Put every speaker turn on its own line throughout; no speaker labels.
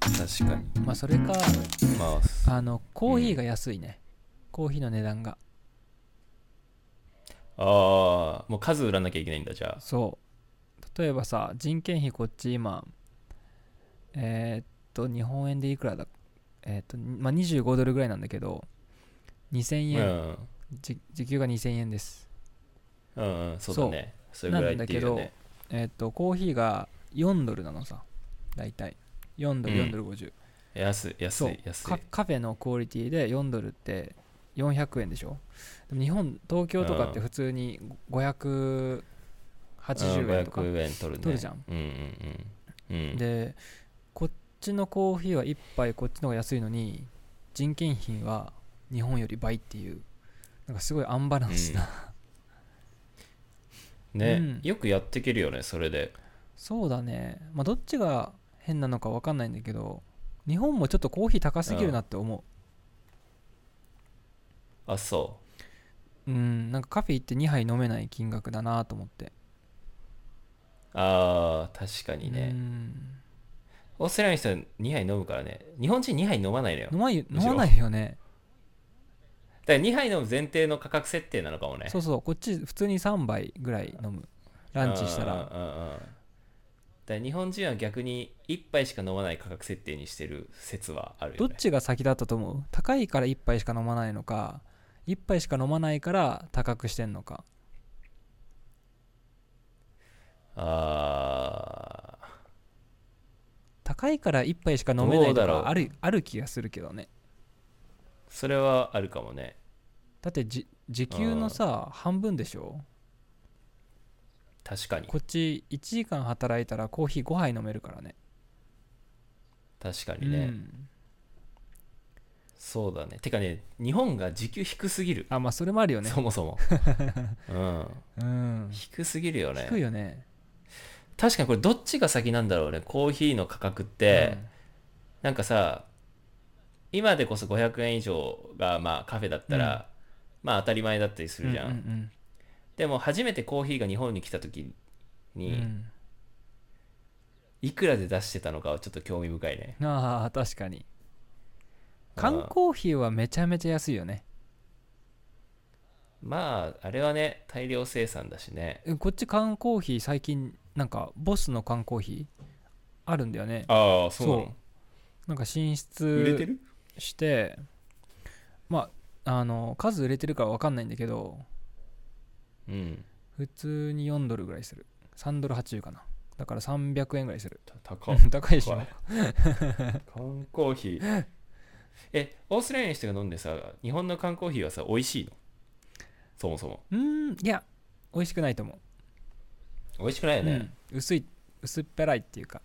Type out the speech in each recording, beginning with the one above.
確かに
まあそれか
まあ
あのコーヒーが安いね、コーヒーの値段が
あーもう数売らなきゃいけないんだじゃあ
そう例えばさ人件費こっち今えーっと日本円でいくらだえーっと、まあ、25ドルぐらいなんだけど2000円、じ時給が2000円です
うんうん、うん、そうだねそれぐらいっていうよね
えーっとコーヒーが4ドルなのさ大体4ドル
うん
4ドル50、
安い安
そう
い安
カ
い
カフェのクオリティで4ドルって400円でしょでも日本東京とかって
うん
普通に580
うん
円とか、
500円取るね
取るじゃん
うんうんうんうん
でこっちのコーヒーは1杯こっちの方が安いのに人件費は日本より倍っていうなんかすごいアンバランスな、
ね、
うん
よくやっていけるよねそれで
そうだねまあどっちが変なのか分かんないんだけど日本もちょっとコーヒー高すぎるなって思う
あそ
うんなんかカフェ行って2杯飲めない金額だなと思って
うあー確かに
う
ね、
ん
オーストラリアの人は2杯飲むからね日本人2杯飲まないのよだ
飲
か
まい飲
むしろ
まないよね
ら2杯飲む前提の価格設定なのかもね
そうそうこっち普通に3杯ぐらい飲むランチした
うんうん
ら
うんうんだから日本人は逆に1杯しか飲まない価格設定にしてる説はある
ど
よ
っ
ね
ちが先だったと思う高いから1杯しか飲まないのか1杯しか飲まないから高くしてんのか
あー
高いから1杯しか飲めない
ど
と
うだろう
かあるある気がするけどね
それはあるかもね
だってじ時給のさ半分でしょ
確かに
こっち1時間働いたらコーヒー5杯飲めるからね
確かにね、
うん、
そうだねてかね日本が時給低すぎる、
あまあそれもあるよね
そも そもうん
うん
低すぎるよね
低いよね
確かにこれどっちが先なんだろうねコーヒーの価格って、なんかさ今でこそ500円以上がまあカフェだったら、まあ当たり前だったりす
うん
るじゃん、
うんうん
でも初めてコーヒーが日本に来た時
う
に、
ん、
いくらで出してたのかはちょっと興味深いね
うん、ああ確かに缶コーヒーはめちゃめちゃ安いよね
まああれはね大量生産だしね
えこっち缶コーヒー最近なんかボスの缶コーヒーあるんだよね
ああ
そうなのなんか進出
る
してまああの数売れてるから分かんないんだけど
うん
普通に4ドルぐらいする3ドル80かなだから300円ぐらいする
た高
高いでしょ
怖い缶コーヒーえオーストラリアの人が飲んでさ日本の缶コーヒーはさ美味しいのそもそも
うーんいや美味しくないと思、
美味しくないうよね、
うん、薄い薄っぺらいっていうか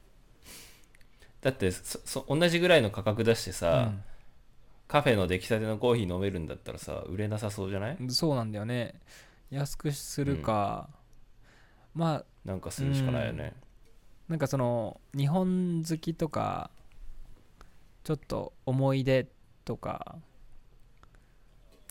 だってそそ同じぐらいの価格出してさ、
うん
カフェの出来たてのコーヒー飲めるんだったらさ売れなさそうじゃない
そうなんだよね安くするか、まあ
なんかするしかないよね、
なんかその日本好きとかちょっと思い出とか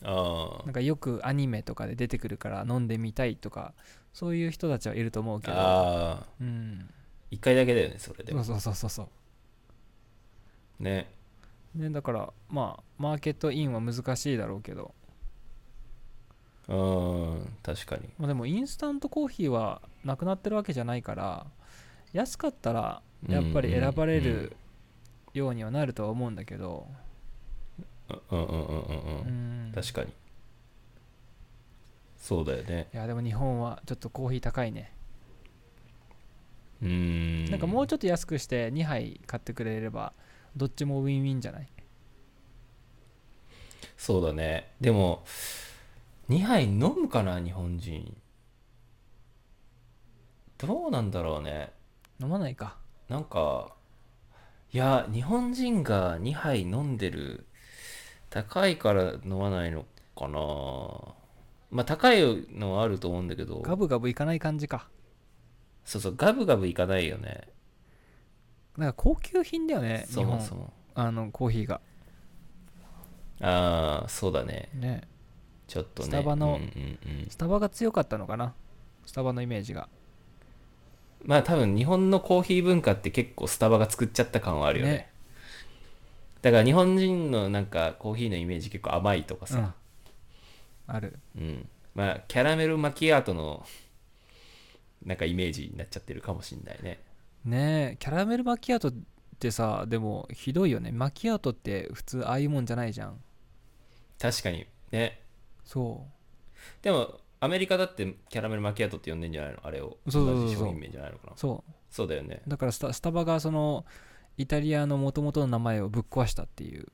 あ
なんかよくアニメとかで出てくるから飲んでみたいとかそういう人たちはいると思う
あ
けど、
ああ
うん、
1回だけだよねそれで
そ
も
うそうそうそうそ
ね
う、ね、だからまあマーケットインは難しいだろうけど、
うん確かに
まあ、でもインスタントコーヒーはなくなってるわけじゃないから安かったらやっぱり選ばれるようにはなるとは思うんだけど、
うんうんうんうんうん、
う
うん、
ん、
確かにそうだよね
いやでも日本はちょっとコーヒー高いね
うん
なんかもうちょっと安くして2杯買ってくれればどっちもウィンウィンじゃない
そうだねでも2杯飲むかな日本人どうなんだろうね
飲まないか
なんかいや日本人が2杯飲んでる高いから飲まないのかなまあ高いのはあると思うんだけど
ガブガブいかない感じか
そうそうガブガブいかないよね
なんか高級品だよね
そもそ
日
も
本あのコーヒーが
ああそうだね
ね
ちょっとね
スタバの
うんうんうん
スタバが強かったのかなスタバのイメージが
まあ多分日本のコーヒー文化って結構スタバが作っちゃった感はあ
あ
るよねだから日本人のなんかコーヒーのイメージ結構甘いとか
うん
さ、
ある
うんまあキャラメルマキアートのなんかイメージになっちゃってるかもしんないね
ねえキャラメルマキアートってさでもひどいよねマキアートって普通ああいうもんじゃないじゃん
確かにね
そ
でもアメリカだってキャラメルマキアートって呼んでんじゃないのあれを
そうそうそうそう
同じ商品名じゃないのかな
うそ
そうだよね
うだからスタスタバがそのイタリアのもともとの名前をぶっ壊したっていう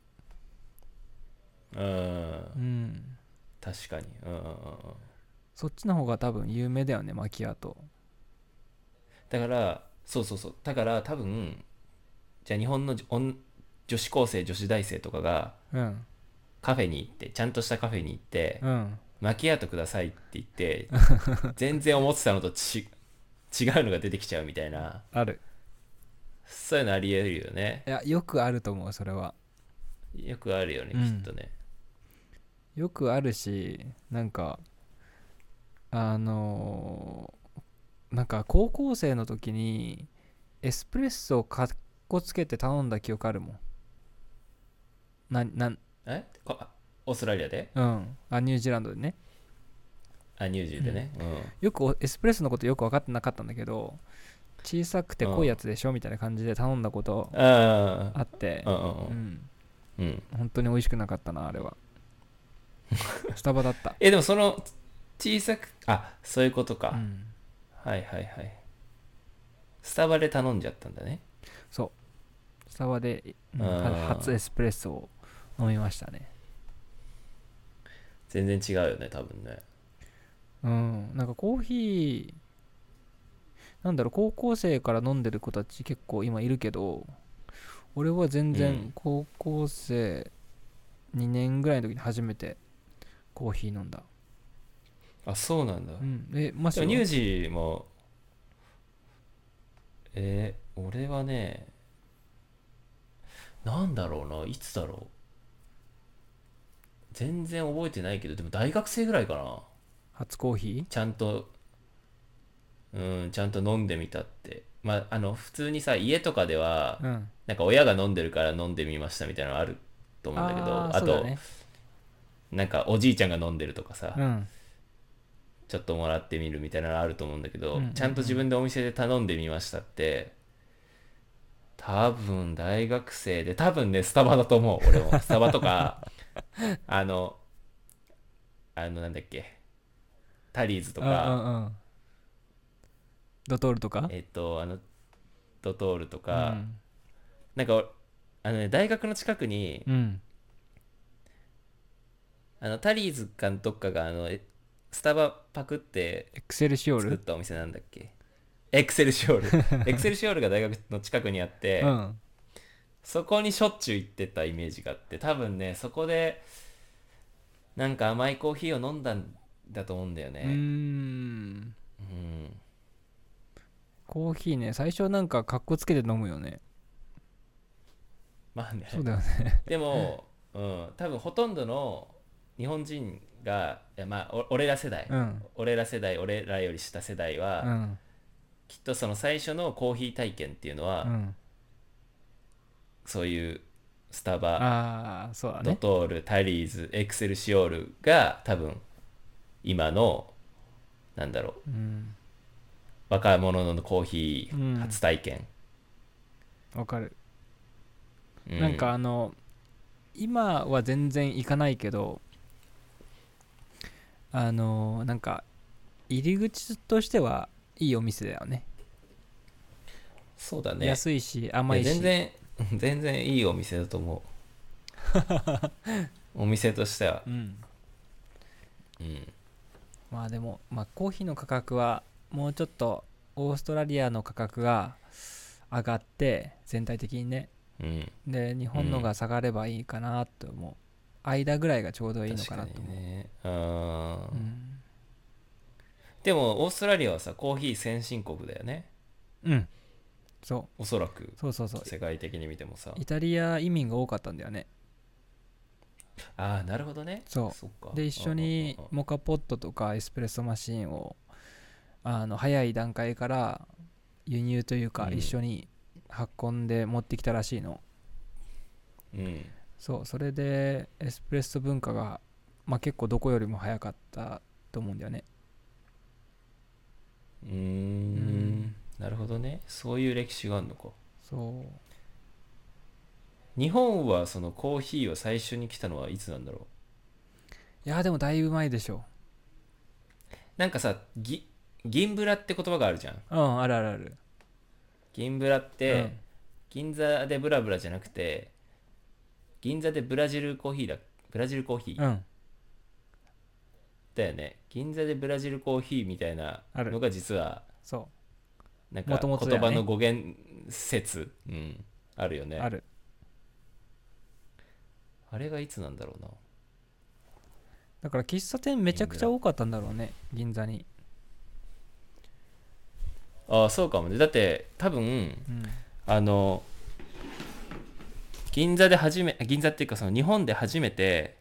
うん
うん
確かにうんうんうんうん
そっちの方が多分有名だよねマキアート
だからそうそうそうだから多分じゃあ日本のじ女女子高生女子大生とかが
うん
カフェに行ってちゃんとしたカフェに行って、
うん
マキアートくださいって言って全然思ってたのとち違うのが出てきちゃうみたいな
ある
そういうのありえるよね
いやよくあると思うそれは
よくあるよね、
うん
きっとね
よくあるしなんかあのーなんか高校生の時にエスプレッソをかっこつけて頼んだ記憶あるもんななん
えこあオーストラリアで
うんあニュージーランドでね
あニュージーでね、うん
よくおエスプレッソのことよく分かってなかったんだけど小さくて濃いやつでしょみたいな感じで頼んだこと
あ
あって
ーうんう
うんん
うんうん
本当に美味しくなかったな あれはスタバだった
えでもその小さくあそういうことか、
うん
はいはいはいスタバで頼んじゃったんだね
そうスタバで、うん
あー
初エスプレッソを飲みましたね
全然違うよね多分ね
うんなんかコーヒーなんだろう高校生から飲んでる子たち結構今いるけど俺は全
うん
然高校生2年ぐらいの時に初めてコーヒー飲んだ、
あそうなんだ、
うん、えマシ
でも
は
ニュージーもえー俺はねなんだろうないつだろう全然覚えてないけどでも大学生ぐらいかな
初コーヒ
ちゃんとうんちゃんと飲んでみたってまああの普通にさ家とかでは
ーうん
なんか親が飲んでるから飲んでみましたみたいなのあると思うんだけど
あ
あ
ーそうだ
と、
ね
なんかおじいちゃんが飲んでるとかさ、
うん
ちょっともらってみるみたいなのあると思うんだけど、
うんうんうん
ちゃんと自分でお店で頼んでみましたって多分大学生で多分ねスタバだと思う俺 もスタバとかあのあのなんだっけタリーズと
う
か
んうんうんドトールとか
えっとあのドトールと
う
か、
ん
なんかあの、ね、大学の近くに
うん
あのタリーズかどっかがあのえスタバパクって
エクセルシオー
作っ
ル
たお店なんだっけエクセルシオー ルエクセルシオールが大学の近くにあって、
うん
そこにしょっちゅう行ってたイメージがあって多分ねそこでなんか甘いコーヒーを飲んだんだと思うんだよ
うー
ね
ん
うん
コーヒーね最初なんかかっこつけて飲むよね
まあね
そうだよね
でも、うん、多分ほとんどの日本人がいやまあお俺ら世代、
うん
俺ら世代俺らより下世代は、
うん
きっとその最初のコーヒー体験っていうのは、
うん
そういうスタバ
ああそうだ
ド
ね
トール、タリーズ、エクセルシオールが多分今のなんだろう
うん
若者のコーヒ
うん
ー初体験、
わかる
う
なんかあの今は全然行かないけどあのなんか入り口としてはいいお店だよね
そうだね
安いし甘い
いや
し
全然 全然いいお店だと 思うお店としては
うん
うん
まあでも、まあ、コーヒーの価格はもうちょっとオーストラリアの価格が上がって全体的にね
うん
で日本のが下がればいいかなと思う、間ぐらいがちょうどいいの
確
か
か
なと
に
思う、
ねあー
うん
でもオーストラリアはさコーヒー先進国だよね
うんそ
おそらく
うそうそうそう
世界的に見てもさ
イタリア移民が多かったんだよね
ああなるほどね
そう
っか
で一緒に
うんうんうん
モカポットとかエスプレッソマシンをあの早い段階から輸入というか
うん
一緒に運んで持ってきたらしいの、
うん
そうそれでエスプレッソ文化が、まあ、結構どこよりも早かったと思うんだよね
うーんなるほどねそういう歴史があるのか
そう
日本はそのコーヒーを最初に来たのはいつなんだろ
いやでもだいぶ前でしょ
うなんかさぎ銀ブラって言葉があるじゃん
うんあるあるある
銀ブラって、
うん
銀座でブラブラじゃなくて銀座でブラジルコーヒーだブラジルコーヒー
うん
だよね銀座でブラジルコーヒーみたいな
ある
のが実は
そ
なんか
元々だ
言
よね
葉の語源説、うん、あるよ
う
ね
ある
あれがいつなんだろうな
だから喫茶店めちゃくちゃ多かったんだろうね銀座に
ああそうかもねだって多分
うん
あの銀座で初め銀座っていうかその日本で初めて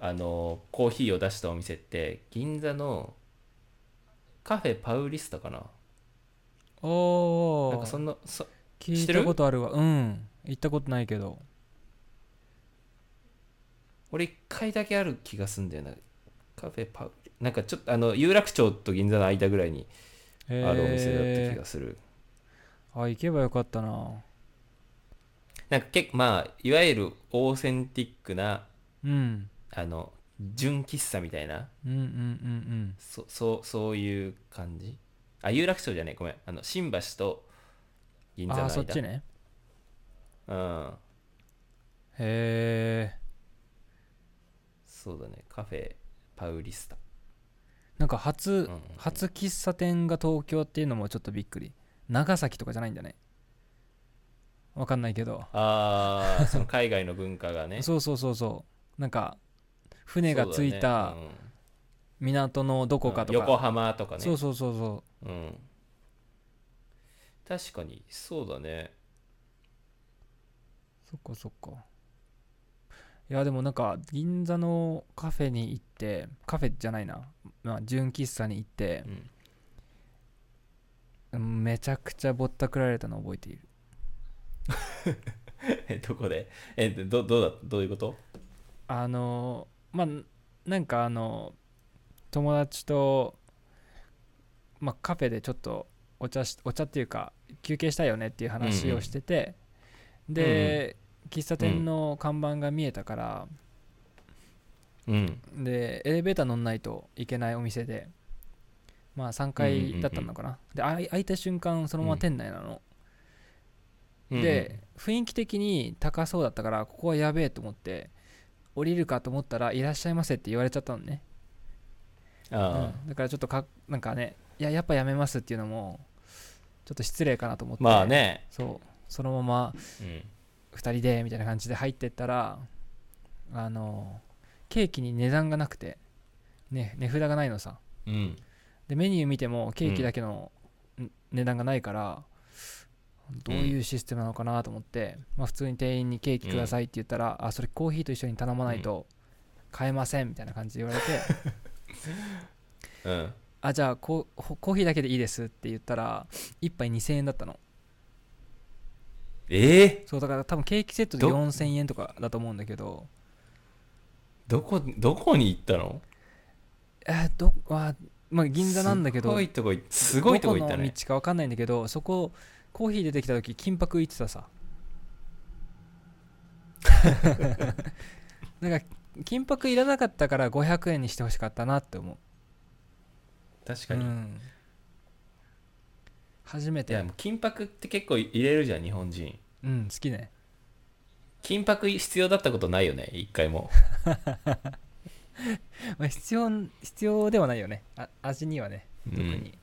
あのコーヒーを出したお店って銀座のカフェパウリスタかな
お
な
ー
んかそんなそ
聞
知
い
って
た
る
ことあるわうん行ったことないけど
俺一回だけある気がすんだよなカフェパウリなんかちょっとあの有楽町と銀座の間ぐらいに
あ
あるお店だった気がする、
あ行けばよかったな
なんか結構まあいわゆるオーセンティックな
うん
あの純喫茶みたいな
うんうんうんうん
そそうそういう感じあ有楽町じゃねえごめんあの新橋と銀座の間
あーそっちね
うん
へえ
そうだねカフェパウリスタ、
なんか初、
うんうん
初喫茶店が東京っていうのもちょっとびっくり長崎とかじゃないんだねわかんないけど
ああ その海外の文化がね
そうそうそうそうなんか船がつい
そ
た
うだね
港のどこかと
うん横
か、
浜とかね
そうそうそうそ
うん、確かにそうだね
うそっかそっかいやでもなんか銀座のカフェに行ってカフェじゃないな、まあ、純喫茶に行って
うん
うんめちゃくちゃぼったくられたの覚えている
えどこでえどどうだどういうこと
あのまあなんかあの友達と、まあ、カフェでちょっとお茶しお茶っていうか休憩したいよねっていう話をしてて、で、喫茶店の看板が見えたから、
うん
でエレベーター乗んないといけないお店でまあ3階だったのかな、であい開いた瞬間そのまま店内なの、で、雰囲気的に高そうだったからここはやべえと思って降りるかと思ったら「いらっしゃいませ」って言われちゃったのね、
うんうん、ああ、
うんだからちょっとかなんかねいややっぱやめますっていうのもちょっと失礼かなと思って
まあね、
そうそのまま
うん、
2人でみたいな感じで入ってったらあのケーキに値段がなくて、ね、値札がないのさ
うん。
でメニュー見てもケーキだけの、ん値段がないからどういうシステムなのかなと思って、まあ、普通に店員にケーキくださいって言ったら、あそれコーヒーと一緒に頼まないと買えませんみたいな感じで言われて、
うん。
あじゃあコーコーヒーだけでいいですって言ったら1杯2000円だったの
ええ
そうだから多分ケーキセットで
ど
4000円とかだと思うんだけど
どこ、どこに行ったの
えーどあまあ銀座なんだけど
すごいとこ行っ、すごいとこ行った
どこ
ね
の。道か分かんないんだけどそこコーヒー出てきた時金箔行ってたさ なんか金箔いらなかったから500円にしてほしかったなって思
確
う、
か
う
に。
ん、初め
いや、
て
もう金箔って結構入れるじゃん、日本人。
うん好きね
金箔必要だったことないよね、一回 も。
まあ必要必要ではないよねあ味にはね
うん
特に、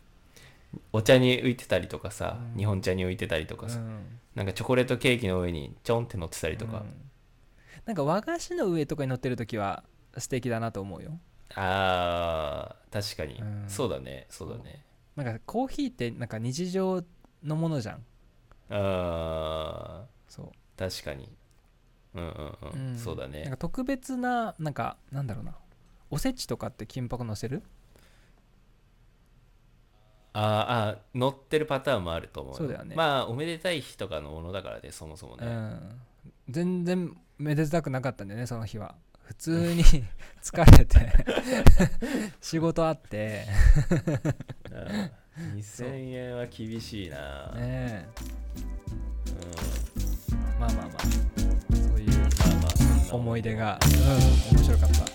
お茶に浮いてたりとかさ、
うん
日本茶に浮いてたりとかさ、
ん、
なんかチョコレートケーキの上にちょんって乗ってたりとか。
うんなんか和菓子の上とかに乗ってる時は素敵だなと思うよ
あー、確かに、
うん
そうだね、そうだね。
なんかコーヒーってなんか日常のものじゃん
あ
そ
ー、確かに。うんうん
う、
うん、
ん
そうだ
なん
ね
か。特別ななんかなんだろうなおせちとかって金箔のせる
あーあー乗ってるパターンもあると思う
そうだよね
まあおめでたい日とかのものだからねそもそも
う
ね、
ん、全然めでたくなかったんだよねその日は普通 に疲れて仕事あって
うん2000円は厳しいな、
ねえ
うん
まあまあまあそうい
ま
う
あまあそんなもん
思い出が、うん、面白かった